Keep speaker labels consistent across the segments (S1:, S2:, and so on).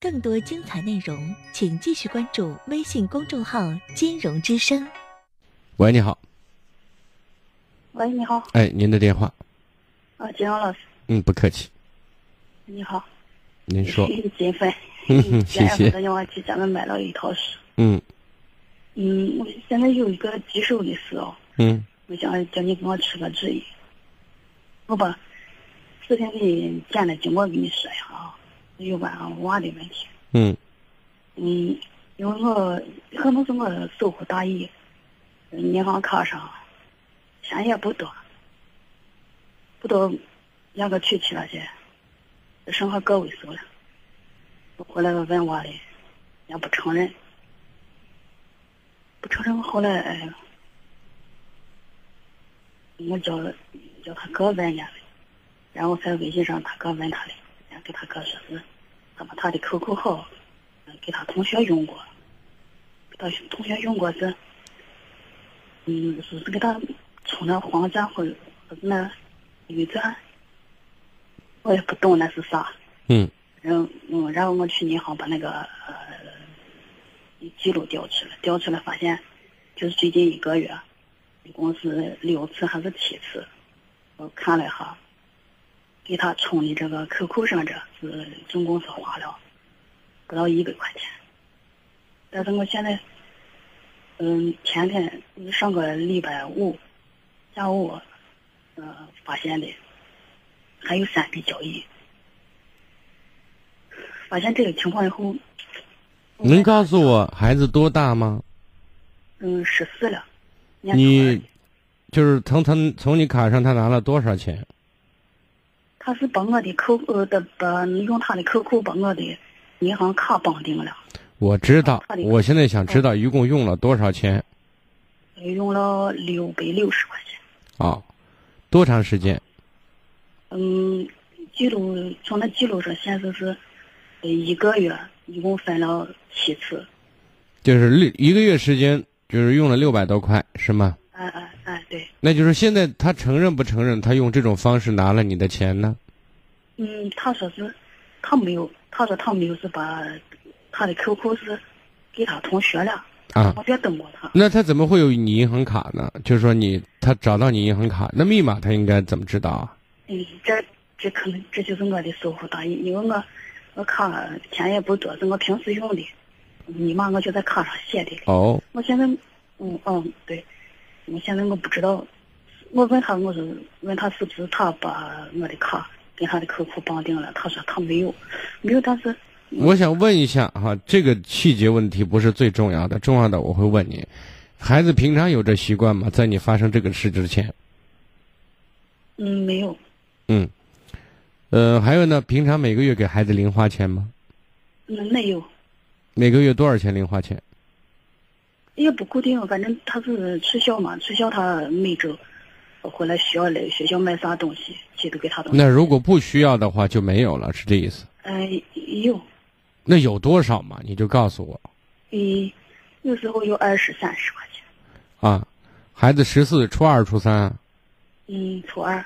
S1: 更多精彩内容，请继续关注微信公众号“金融之声
S2: 喂，你好，
S3: 喂，你好，
S2: 哎，您的电话，
S3: 啊，金阳老师，
S2: 嗯，不客气，
S3: 你好，
S2: 您 说，
S3: 金 飞，
S2: 嗯哼谢
S3: 前
S2: 谢
S3: 二打电话去咱们买了一套书，
S2: 嗯
S3: 嗯，我现在有一个棘手的事啊，
S2: 嗯
S3: 我想叫你给我出个主意，我把事情的见的经过跟你说一下啊，有关我娃的问题，
S2: 嗯
S3: 嗯，因为我可能是我疏忽大意，银行卡上钱也不多，不到两个区去了去，只剩下个位数了。后来我问我嘞，也不承认，不承认。后来哎我叫叫他哥问一下嘞，然后在微信上他哥问他嘞，然后给他哥说是，他把他的 QQ 号嗯给他同学用过，给他同学用过是，嗯，是是给他充了黄钻或者或者那绿钻，我也不懂那是啥。
S2: 嗯
S3: 然后，嗯，然后我去银行把那个呃记录调出来，调出来发现，就是最近一个月，一共是六次还是七次，我呃看了一下，给他充的这个 QQ 上这是总共是花了不到一百块钱，但是我现在，嗯，前天上个礼拜五下午，呃，发现的，还有三笔交易。发现这个情况以后，
S2: 您告诉我孩子多大吗？
S3: 嗯，十四了，年初二
S2: 你就是从他从你卡上他拿了多少钱？
S3: 他是把我的扣呃的把用他的 QQ 把我的银行卡绑定了，
S2: 我知道
S3: 看，了
S2: 我现在想知道一共用了多少钱
S3: 用了六百六十块钱。
S2: 啊、多长时间？
S3: 嗯，记录从那记录上显示是，呃一个月一共分了七次。
S2: 就是六一个月时间，就是用了六百多块，是吗？
S3: 哎哎哎，对，
S2: 那就是现在他承认不承认他用这种方式拿了你的钱呢？
S3: 嗯，他说是，他没有，他说他没有是把他的 QQ 是给他同学了，
S2: 啊，
S3: 同学登过他。
S2: 那他怎么会有你银行卡呢？就是说你他找到你银行卡，那密码他应该怎么知道啊？
S3: 嗯，这这可能这就是我的疏忽大意，因为我我卡钱也不多，是我平时用的，密码我就在卡上写的。
S2: 哦，
S3: 我现在，嗯嗯，对，我现在我不知道，我问他，我是问他是不是他把我的卡跟他的 QQ 绑定了，他说他没有，没有，但是
S2: 我想问一下哈，这个细节问题不是最重要的，重要的我会问你，孩子平常有这习惯吗？在你发生这个事之前，
S3: 嗯没有，
S2: 嗯，呃，还有呢，平常每个月给孩子零花钱吗？
S3: 嗯没有，
S2: 每个月多少钱零花钱？
S3: 也不固定，反正他是吃校嘛，吃校他每周回来学校来学校买啥东西，记得给他东西。
S2: 那如果不需要的话就没有了，是这意思？
S3: 嗯、有。
S2: 那有多少嘛？你就告诉我
S3: 嗯，有时候有二十、三十块钱。
S2: 啊。孩子十四，初二、初三啊、
S3: 嗯，初二，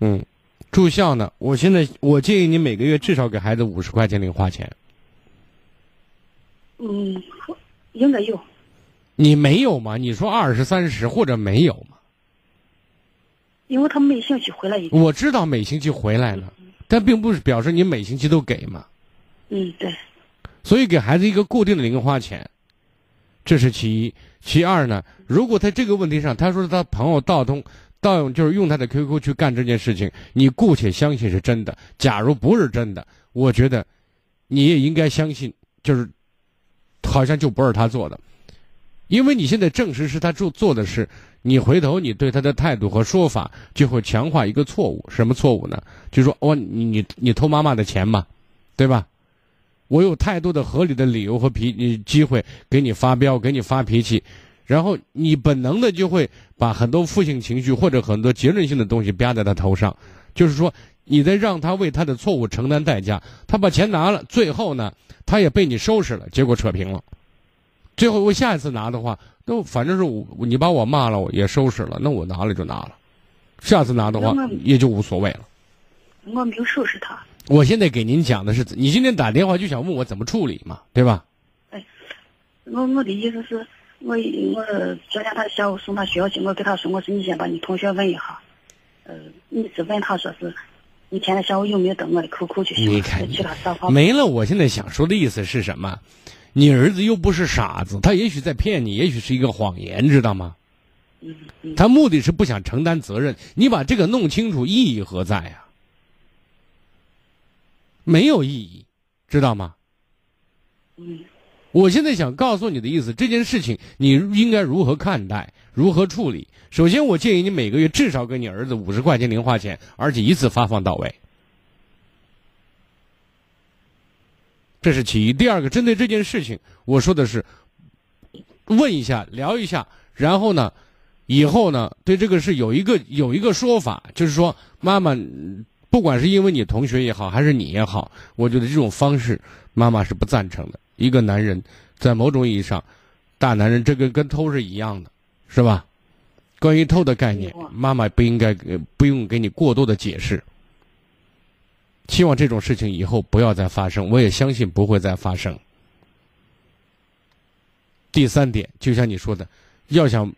S2: 嗯，住校呢，我现在我建议你每个月至少给孩子五十块钱零花钱。
S3: 嗯，应该有。
S2: 你没有吗？你说二十三十或者没有吗？
S3: 因为他没兴趣回来一，
S2: 我知道每星期回来呢，但并不是表示你每星期都给嘛。
S3: 嗯，对，
S2: 所以给孩子一个固定的零花钱，这是其一。其二呢，如果在这个问题上，他说他朋友盗通盗用，就是用他的 QQ 去干这件事情，你姑且相信是真的。假如不是真的，我觉得你也应该相信，就是好像就不是他做的，因为你现在证实是他做做的事，你回头你对他的态度和说法就会强化一个错误。什么错误呢？就说哦，你你你偷妈妈的钱嘛，对吧？我有太多的合理的理由和脾呃机会给你发飙，给你发脾气，然后你本能的就会把很多负性情绪或者很多结论性的东西啪在他头上，就是说你在让他为他的错误承担代价。他把钱拿了，最后呢，他也被你收拾了，结果扯平了。最后我下一次拿的话，那反正是我你把我骂了，我也收拾了，那我拿了就拿了，下次拿的话
S3: 那么
S2: 也就无所谓了。
S3: 我没有收拾他。
S2: 我现在给您讲的是，你今天打电话就想问我怎么处理嘛，对吧？
S3: 我我的意思是，我我昨天他下午送他学校去，我跟他说，我说你先把你同学问一下，呃，你是问他说是，你前天下午有没有登我的 QQ 去？
S2: 你看
S3: 去他账号
S2: 没了，我现在想说的意思是什么？你儿子又不是傻子，他也许在骗你，也许是一个谎言，知道吗？
S3: 嗯嗯，
S2: 他目的是不想承担责任，你把这个弄清楚意义何在啊？没有意义，知道吗？
S3: 嗯
S2: 我现在想告诉你的意思，这件事情你应该如何看待，如何处理。首先，我建议你每个月至少给你儿子五十块钱零花钱，而且一次发放到位。这是其一。第二个，针对这件事情，我说的是问一下、聊一下，然后呢，以后呢，对这个事有一个有一个说法，就是说，妈妈，嗯不管是因为你同学也好，还是你也好，我觉得这种方式妈妈是不赞成的。一个男人，在某种意义上，大男人这个跟偷是一样的，是吧？关于偷的概念
S3: 没错，
S2: 妈妈不应该给不用给你过多的解释。希望这种事情以后不要再发生，我也相信不会再发生。第三点，就像你说的，要想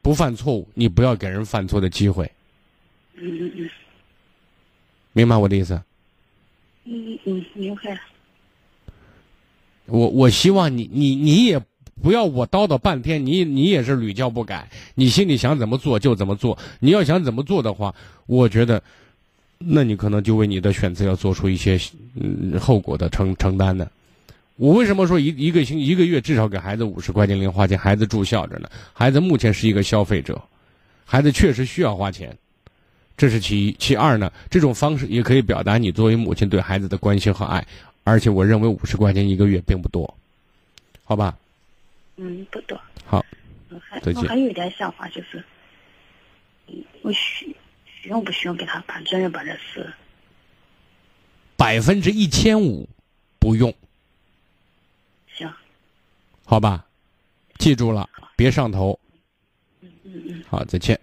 S2: 不犯错误，你不要给人犯错的机会，
S3: 嗯嗯嗯
S2: 明白我的意思？
S3: 嗯嗯，明白了。
S2: 我我希望你你你也不要我叨叨半天，你你也是屡教不改，你心里想怎么做就怎么做。你要想怎么做的话，我觉得，那你可能就为你的选择要做出一些嗯后果的承承担的。我为什么说一一个星一个月至少给孩子五十块钱零花钱？孩子住校着呢，孩子目前是一个消费者，孩子确实需要花钱，这是其一。其二呢，这种方式也可以表达你作为母亲对孩子的关心和爱，而且我认为五十块钱一个月并不多，好吧？
S3: 嗯，不多。
S2: 好，
S3: 我还
S2: 再见
S3: 我还有一点想法就是，嗯我需需用不需要给他办责任把这事？
S2: 百分之一千五不用，
S3: 行，
S2: 好吧？记住了，别上头。
S3: 嗯嗯。
S2: 好，再见。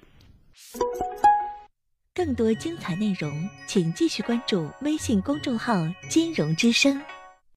S1: 更多精彩内容，请继续关注微信公众号“金融之声”。